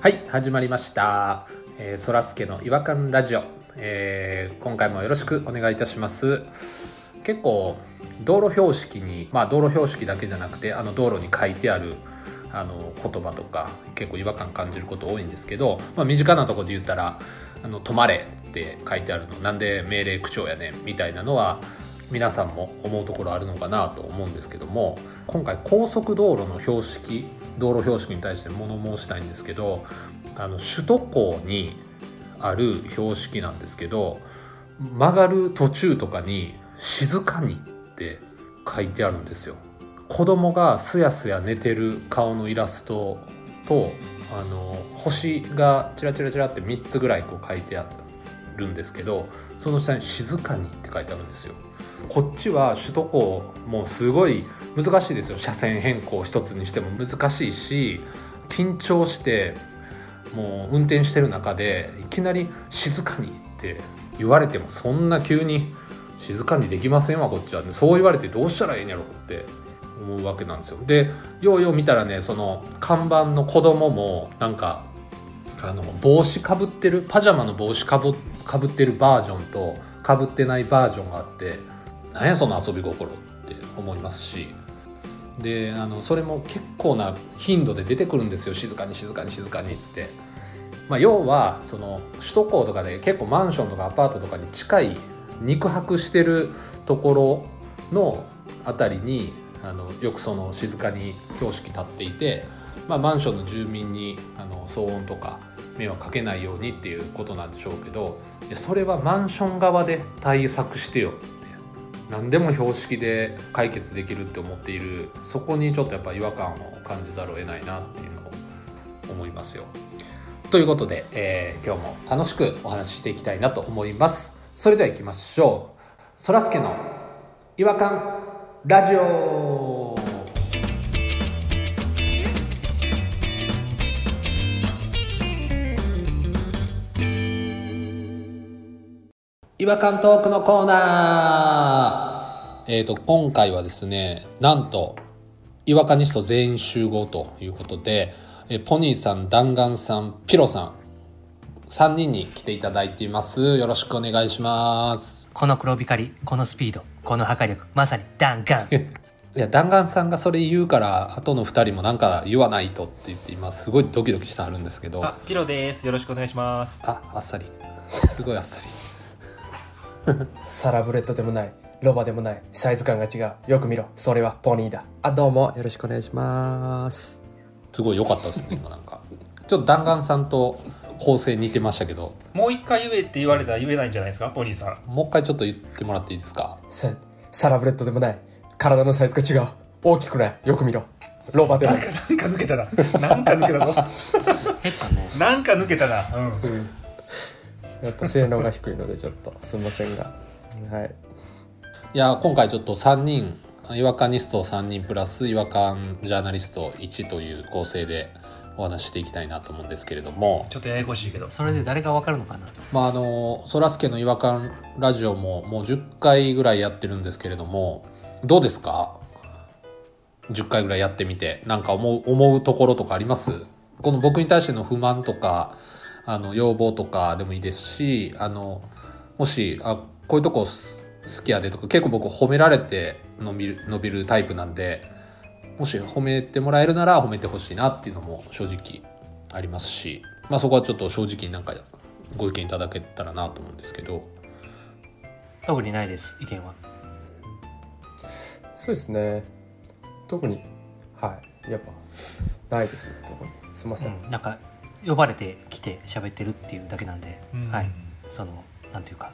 はい始まりました、えー、そらすけの違和感ラジオ、えー今回もよろしくお願いいたします結構道路標識にまあ道路標識だけじゃなくてあの道路に書いてあるあの言葉とか結構違和感感じること多いんですけど、まあ、身近なところで言ったら「あの止まれ」って書いてあるのなんで命令口調やねんみたいなのは皆さんも思うところあるのかなと思うんですけども今回高速道路の標識道路標識に対して物申したいんですけどあの首都高にある標識なんですけど曲がる途中とかに「静かに」って書いてあるんですよ。子供がすやすや寝てる顔のイラストとあの星がチラチラチラって3つぐらいこう書いてあるんですけどその下に「静かに」って書いてあるんですよ。こっちは首都高もうすごい難しいですよ車線変更一つにしても難しいし緊張してもう運転してる中でいきなり「静かに」って言われてもそんな急に「静かにできませんわこっちは」そう言われてどうしたらいいんやろって思うわけなんですよ。でようよう見たらねその看板の子供もなんかあの帽子かぶってるパジャマの帽子かぶかぶってるバージョンとかぶってないバージョンがあってなんやその遊び心って思いますしであのそれも結構な頻度で出てくるんですよ静かに静かに静かにっつって。まあ、要はその首都高とかで結構マンションとかアパートとかに近い肉薄してるところのあたりにあのよくその静かに標識立っていて、まあ、マンションの住民にあの騒音とか迷惑かけないようにっていうことなんでしょうけどいやそれはマンション側で対策してよって何でも標識で解決できるって思っているそこにちょっとやっぱ違和感を感じざるを得ないなっていうのを思いますよ。ということで、えー今日も楽しくお話ししていきたいなと思いますそれでは行きましょうそらすけの違和感ラジオ違和感トークのコーナーえっ、と今回はですねなんと違和感ニスト全員集合ということでえポニーさん弾丸さんピロさん3人に来ていただいていますよろしくお願いしますこの黒光り、このスピード、この破壊力、まさに弾丸。いや弾丸さんがそれ言うから後の2人もなんか言わないとって言って今すごいドキドキしてはるんですけどああ、ピロです。よろしくお願いします。あっさりすごいあっさり サラブレッドでもないロバでもないサイズ感が違うよく見ろそれはポニーだあどうもよろしくお願いしますすごい良かったですね今なんかちょっと弾丸さんと構成似てましたけどもう一回言えって言われたら言えないんじゃないですか、ポニーさん。もう一回ちょっと言ってもらっていいですかせサラブレッドでもない体のサイズが違う大きくないよく見ろロバでもない なんか抜けた な。なんか抜けた ぞ。減ったね。なんか抜けたな。うん。やっぱ性能が低いのでちょっとすいませんがはいいや今回ちょっと3人違和感ニスト3人プラス違和感ジャーナリスト1という構成でお話ししていきたいなと思うんですけれどもちょっとややこしいけど。それで誰がわかるのかなまああのそらすけの違和感ラジオももう10回ぐらいやってるんですけれどもどうですか10回ぐらいやってみてなんか思う思うところとかありますこの僕に対しての不満とかあの要望とかでもいいですしあのもしあこういうとこす好きやでとか結構僕褒められて伸びる伸びるタイプなんでもし褒めてもらえるなら褒めてほしいなっていうのも正直ありますし、まあ、そこはちょっと正直になんかご意見いただけたらなと思うんですけど特にないです、意見は。そうですね特にはいやっぱないですね特にすいません、うん、なんか、呼ばれてきて喋ってるっていうだけなんで、うんはい。その、なんていうか、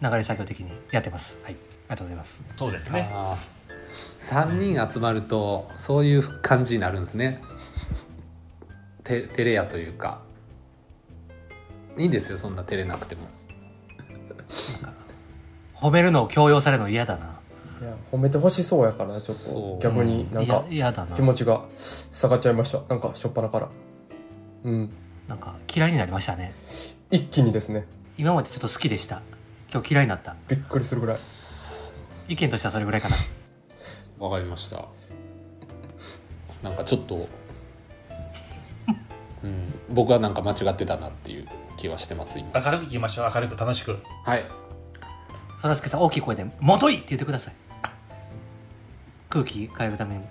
流れ作業的にやってます。はい。ありがとうございます。そうですね。あ3人集まるとそういう感じになるんですねて照れ屋というかいいんですよそんな照れなくても褒めるのを強要されるの嫌だな。いや褒めてほしそうやからちょっそうと逆になんかいや嫌だな気。持ちが下がっちゃいましたなんかしょっぱなからうんなんか、嫌いになりましたね。一気にですね今までちょっと好きでした。今日嫌いになった。びっくりするぐらい意見としてはそれぐらいかな。わかりましたなんかちょっとうん、僕はなんか間違ってたなっていう気はしてます今明るくいきましょう明るく楽しくはいそらすけさん大きい声で「もとい!」って言ってください空気変えるために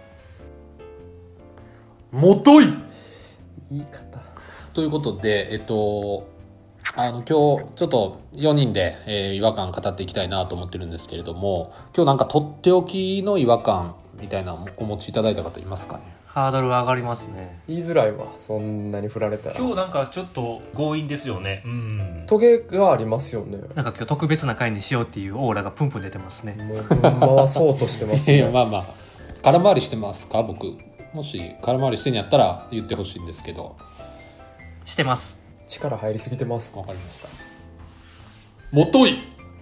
もとい言い方ということでえっとあの今日ちょっと4人で、えー違和感語っていきたいなと思ってるんですけれども今日なんかとっておきの違和感みたいなのお持ちいただいた方いますかねハードルが上がりますね言いづらいわそんなに振られたら今日なんかちょっと強引ですよねうんトゲがありますよねなんか今日特別な回にしようっていうオーラがプンプン出てますねもうぶん回そうとしてますいやねまあまあ空回りしてますか僕もし空回りしてんやったら言ってほしいんですけどしてます力入りすぎてますわかりましたもとい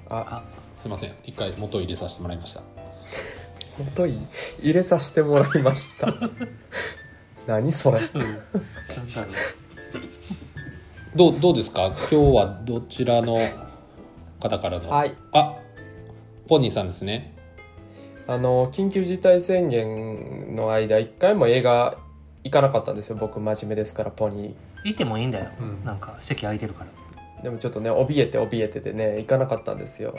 あすいません一回元入れさせてもらいました本当に入れさせてもらいました 何それうんなんだろうどうどうですか今日はどちらの方からの、はいあポニーさんですねあの緊急事態宣言の間一回も映画行かなかったんですよ僕真面目ですからポニいてもいいんだよ、うんなんか席空いてるからーでもちょっとね怯えて怯えててね行かなかったんですよ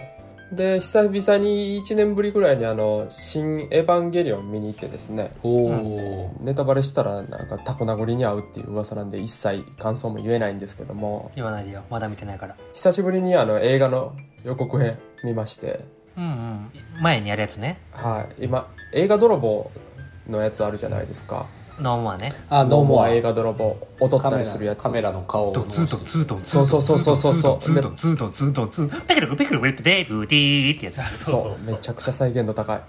で久々に1年ぶりぐらいにあの「新エヴァンゲリオン」見に行ってですねおお、ネタバレしたらなんかタコ殴りに合うっていう噂なんで一切感想も言えないんですけども言わないでよまだ見てないから久しぶりにあの映画の予告編見ましてうんうん前にやるやつねはい今映画泥棒のやつあるじゃないですかノーモアねあノどーうモもア映画泥棒踊ったりするやつカメラの顔のートンそうそうそうそうそうそうツートンツートンツートンツートンペクルクペクルクペクルクデブディーってやつそうめちゃくちゃ再現度高い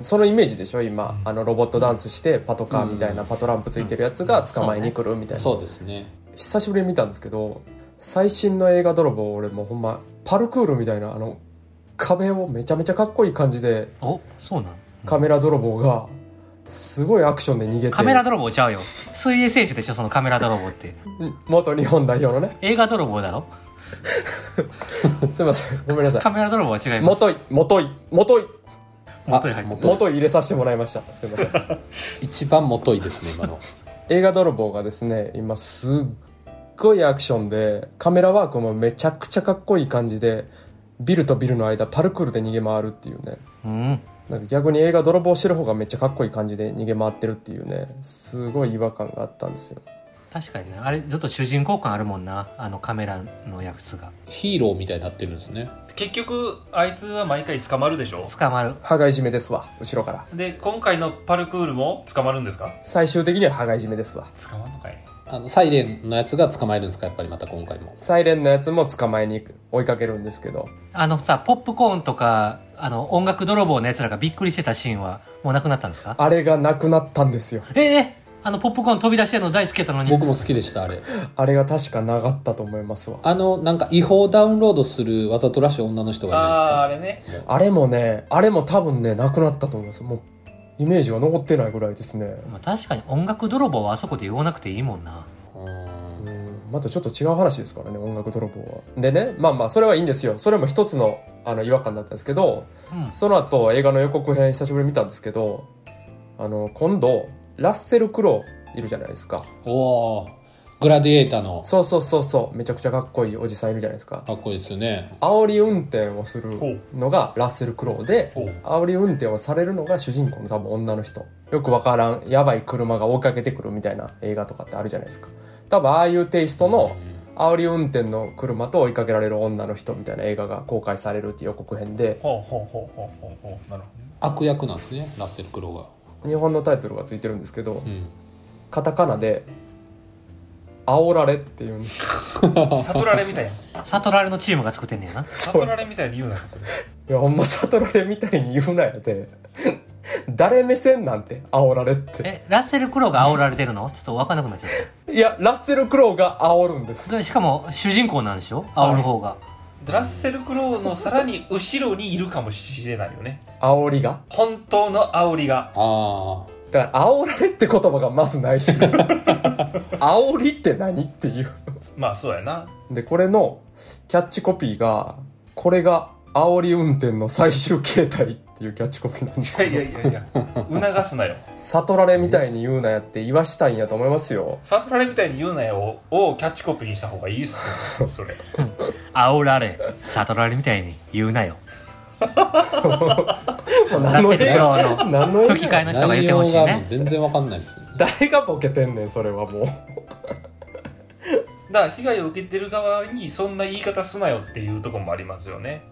そのイメージでしょ今、あのロボットダンスしてパトカーみたいな、パトランプついてるやつが捕まえに来るみたいな、そうですね久しぶりに見たんですけど最新の映画泥棒俺もうほんまパルクールみたいなあの壁をめちゃめちゃかっこいい感じで おそうなんカメラ泥棒がすごいアクションで逃げてカメラ泥棒ちゃうよ水泳選手でしょそのカメラ泥棒ってうん元日本代表の ね映画泥棒だろすいませんごめんなさカいメラ泥棒は違います元い元い元い元へ入って元元い入れさせてもらいましたすいません一番元いですね今 の映画泥棒がですね今すっごいアクションでカメラワークもめちゃくちゃかっこいい感じでビルとビルの間パルクールで逃げ回るっていうねうんなんか逆に映画泥棒してる方がめっちゃかっこいい感じで逃げ回ってるっていうねすごい違和感があったんですよ確かにねあれずっと主人公感あるもんなあのカメラのやつがヒーローみたいになってるんですね結局あいつは毎回捕まるでしょ捕まる羽がいじめですわ後ろからで今回のパルクールも捕まるんですか最終的には羽がいじめですわ捕まるのかいあのサイレンのやつが捕まえるんですかやっぱりまた今回もサイレンのやつも捕まえに行く追いかけるんですけどあのさポップコーンとかあの音楽泥棒のやつらがびっくりしてたシーンはもうなくなったんですかあれがなくなったんですよええあのポップコーン飛び出してるの大好きやったのに僕も好きでしたあれあれが確かなかったと思いますわあのなんか違法ダウンロードするわざとらしい女の人がいるんですかあああれねあれもね、あれも多分ね、なくなったと思います。もう、イメージが残ってないぐらいですね。まあ、確かに音楽泥棒はあそこで言わなくていいもんなうーんうん、またちょっと違う話ですからね、音楽泥棒は。でね、まあまあ、それはいいんですよ。それも一つの、あの、違和感だったんですけど、うんその後、映画の予告編久しぶりに見たんですけど、あの、今度、ラッセル・クロウいるじゃないですか。おおグラディエーターのそうそうそうそう、めちゃくちゃかっこいいおじさんいるじゃないですか。かっこいいですよね煽り運転をするほうのがラッセル・クロウで、ほう煽り運転をされるのが主人公の多分女の人よくわからんやばい車が追いかけてくるみたいな映画とかってあるじゃないですか多分ああいうテイストの煽り運転の車と追いかけられる女の人みたいな映画が公開されるっていう予告編でほうほうほうほうほうほうなるほ悪役なんですねラッセル・クロウが日本のタイトルがついてるんですけどうんカタカナで「煽られ」っていうんですよど ね悟られみたいな悟られのチームが作ってんねやな悟られみたいに言うなよそれいやほんま悟られみたいに言うなよって 誰目線なんて煽られってえラッセル・クロウが煽られてるのちょっと分かんなくなっちゃっいやラッセル・クロウが煽るんですたでしかも主人公なんでしょ煽る方が、ラッセル・クロウのさらに後ろにいるかもしれないよね煽りが本当の煽りがあだから煽られって言葉がまずないし煽りって何っていうまあそうやなでこれのキャッチコピーが「これが煽り運転の最終形態」ってっていうキャッチコピーなんですいやいやいやいや促すなよ悟られみたいに言うなやって言わしたいんやと思いますよ悟られみたいに言うなよをキャッチコピーにした方がいいっすよそれ煽られ悟られみたいに言う なよ何の映プロ画の何の映画吹き替えの人が言ってほしい内容がもうね全然わかんないですね誰がボケてんねんそれはもうだから被害を受けてる側にそんな言い方すなよっていうところもありますよね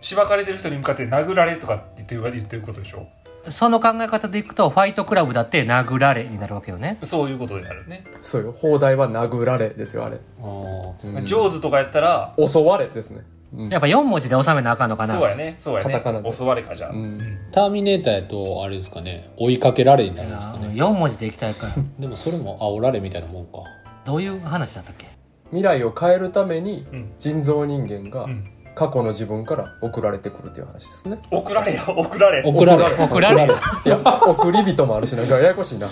しばかれてる人に向かって殴られとかって言って言ってることでしょその考え方でいくとファイトクラブだって殴られになるわけよねそういうことになるね、そうよ放題は殴られですよあれ、あーうんジョーズとかやったら襲われですね、うんやっぱ4文字で収めなあかんのかなそうやねそうやカタカナねで襲われかじゃあ、ううんんターミネーターやとあれですかね追いかけられになるんですかね4文字でいきたいからでもそれも煽られみたいなもんかどういう話だったっけ未来を変えるためにうん人造人間がうん過去の自分から送られてくるっていう話ですね送られよ送られ送られ送られいや送り人もあるしなんかややこしいな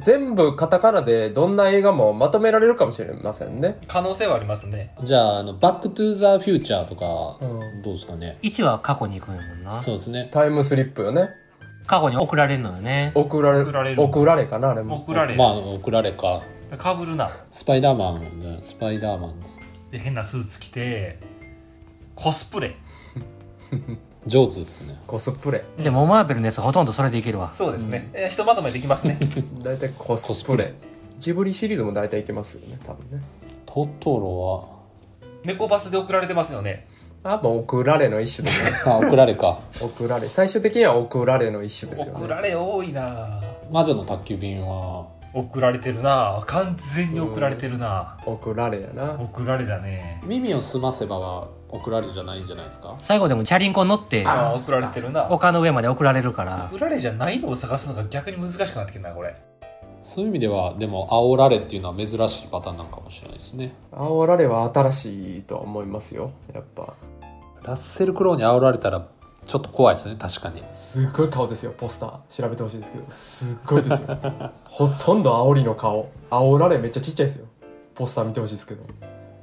全部カタカナでどんな映画もまとめられるかもしれませんね可能性はありますねじゃああのバック・トゥ・ザ・フューチャーとかうんどうですかね、 1は過去に行くんやもんなそうですねタイムスリップよね過去に送られるのよね送られ送られる送られかなあれも送られまあ送られかかぶるなスパイダーマンねスパイダーマンですで変なスーツ着てコスプレ上手ですねコスプレでもマーベルのやつほとんどそれでいけるわそうですね、えーひとまとめできますね大体コスプレコスプレジブリシリーズも大体いけますよね多分ねトトロ 猫バスで送られてますよねあもう送られの一種です ねはあ送られか送られ最終的には送られの一種ですよ送ねられ多いな魔女の宅急便は送られてるな完全に送られてるな送られやな送られだね耳を澄ませばは送られじゃないんじゃないですか最後でもチャリンコに乗ってあー送られてるな丘の上まで送られるから送られじゃないのを探すのが逆に難しくなってきてるなこれそういう意味ではでも煽られっていうのは珍しいパターンなんかもしれないですね煽られは新しいとは思いますよやっぱラッセル・クロウに煽られたらちょっと怖いですね確かにすっごい顔ですよポスター調べてほしいですけどすっごいですよほとんど煽りの顔煽られめっちゃちっちゃいですよポスター見てほしいですけど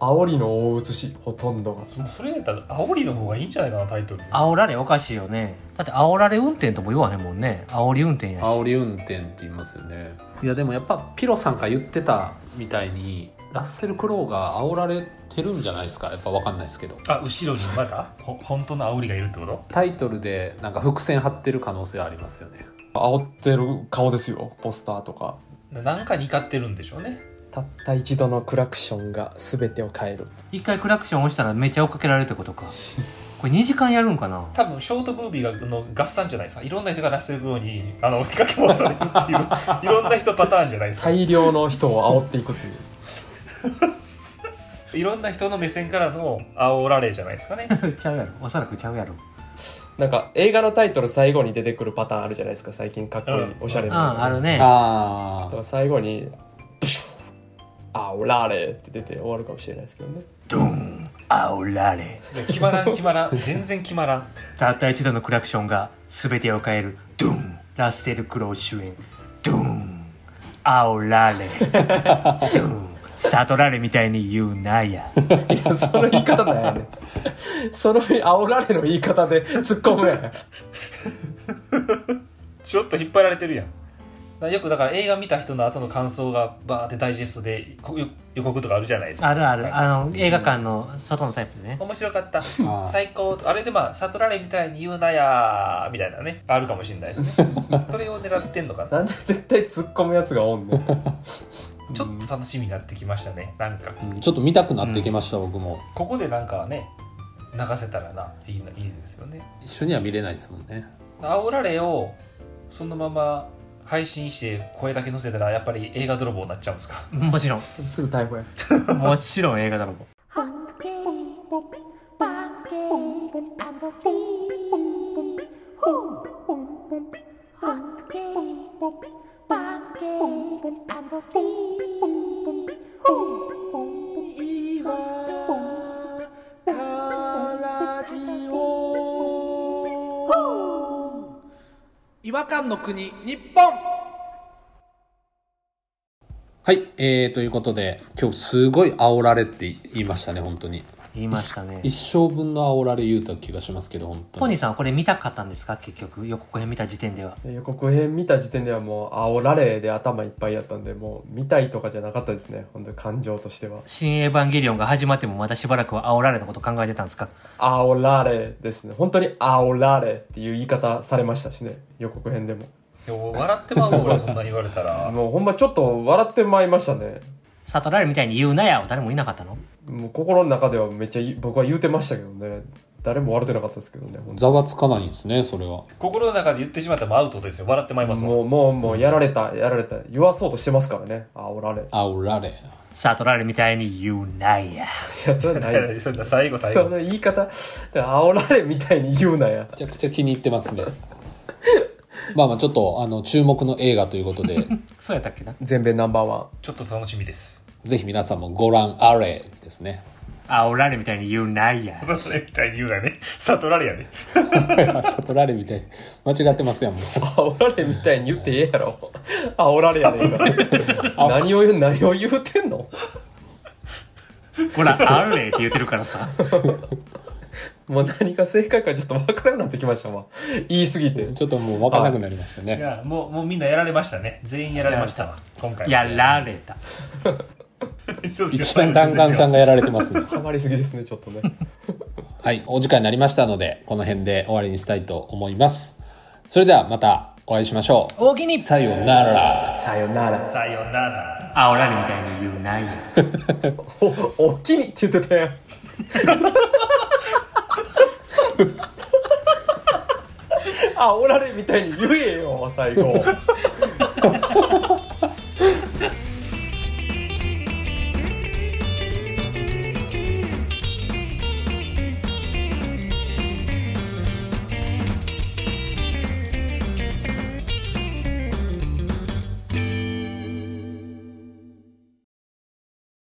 煽りの大写しほとんどがもうそれやったら煽りの方がいいんじゃないかなタイトル煽られおかしいよねだって煽られ運転とも言わへんもんね煽り運転やし煽り運転って言いますよねいやでもやっぱピロさんが言ってたみたいにラッセル・クロウが煽られてるんじゃないですかやっぱ分かんないですけどあ後ろにまだほ本当の煽りがいるってことタイトルでなんか伏線張ってる可能性ありますよね煽ってる顔ですよポスターとかなんかに怒ってるんでしょうねたった一度のクラクションが全てを変える一回クラクション押したらめっちゃ追っかけられるってことかこれ2時間やるんかな 多分ショートムービーがの合算じゃないですかいろんな人がラッセル・ブローにあの追いかけ回される っていういろんな人パターンじゃないですか大量の人を煽っていくっていういろんな人の目線からの煽られじゃないですかねちゃうやろおそらくちゃうやろなんか映画のタイトル最後に出てくるパターンあるじゃないですか最近かっこいい、うんおしゃれうんな、あるねあだから最後に「ブシュッ煽られ」って出て終わるかもしれないですけどねドーン煽られいや決まらん決まらん全然決まらんたった一度のクラクションが全てを変えるドゥンラッセル・クロウ主演ドゥン煽られ ドゥン悟られみたいに言うな やいやその言い方だよねその煽られの言い方で突っ込むやんちょっと引っ張られてるやんだからよくだから映画見た人の後の感想がバーってダイジェストでこよ予告とかあるじゃないですかあるあるあの映画館の外のタイプでね面白かったー最高あれでまあ悟られみたいに言うなやーみたいなねあるかもしれない ですねそれを狙ってんのかななんで絶対突っ込むやつがおんねんちょっと楽しみになってきましたねなんかうんちょっと見たくなってきました、僕もここでなんかね流せたらないいないいですよね一緒には見れないですもんね煽られをそのまま配信して声だけ載せたらやっぱり映画泥棒になっちゃうんですかもちろんすぐ逮捕やもちろん映画だろ Hunky, 違和感の国日本はい、えー、ということで今日すごい煽られって言いましたね本当に言いましたね一生分の煽られ言うた気がしますけど本当ポにニーさんはこれ見たかったんですか結局予告編見た時点では予告編見た時点ではもう煽られで頭いっぱいやったんでもう見たいとかじゃなかったですね本当に感情としては「新エヴァンゲリオン」が始まってもまだしばらくは煽られのこと考えてたんですか煽られですね本当に煽られっていう言い方されましたしね予告編でも いや笑ってまうわ俺そんな言われたらもうほんまちょっと笑ってまいりましたね悟られみたいに言うなや誰もいなかったのもう心の中ではめっちゃ言う僕は言うてましたけどね誰も笑ってなかったですけどね本ざわつかないんですねそれは 心の中で言ってしまったらもうアウトですよ笑ってまいり当ますにもんもうもうもうやられたやられた言わそうとしてますからね煽られい煽られ悟られみたいに言うなややそれはないいやで いやすそんな 最後最そ後の言い方煽られみたいに言うなやめちゃくちゃ気に入ってます ねまあまあちょっとあの注目の映画ということ でそうやったっけな全米ナンバーワンちょっと楽しみです ぜひ皆さんもご覧あれですね煽られみたいに言うなや私み たいに言うなね悟られやね悟られみたい間違ってますやんもう煽られみたいに言ってええやろ煽られやねん から何を言う何を言うてんのほら「あれ」って言ってるからさもう何が正解かちょっと分からんなってきましたわ言い過ぎてちょっともう分からなくなりました いねやもうもうみんなやられましたね全員やられましたわ今回やられた一番弾丸さんんがやられてますねハマりすぎですねちょっとねはい、お時間になりましたので、この辺で終わりにしたいと思います。それではまたお会いしましょ大きにう。さようなら。さよなら さよなら煽られみたいに言うなやおおきにって言ってたやん 煽られみたいに言えよ最後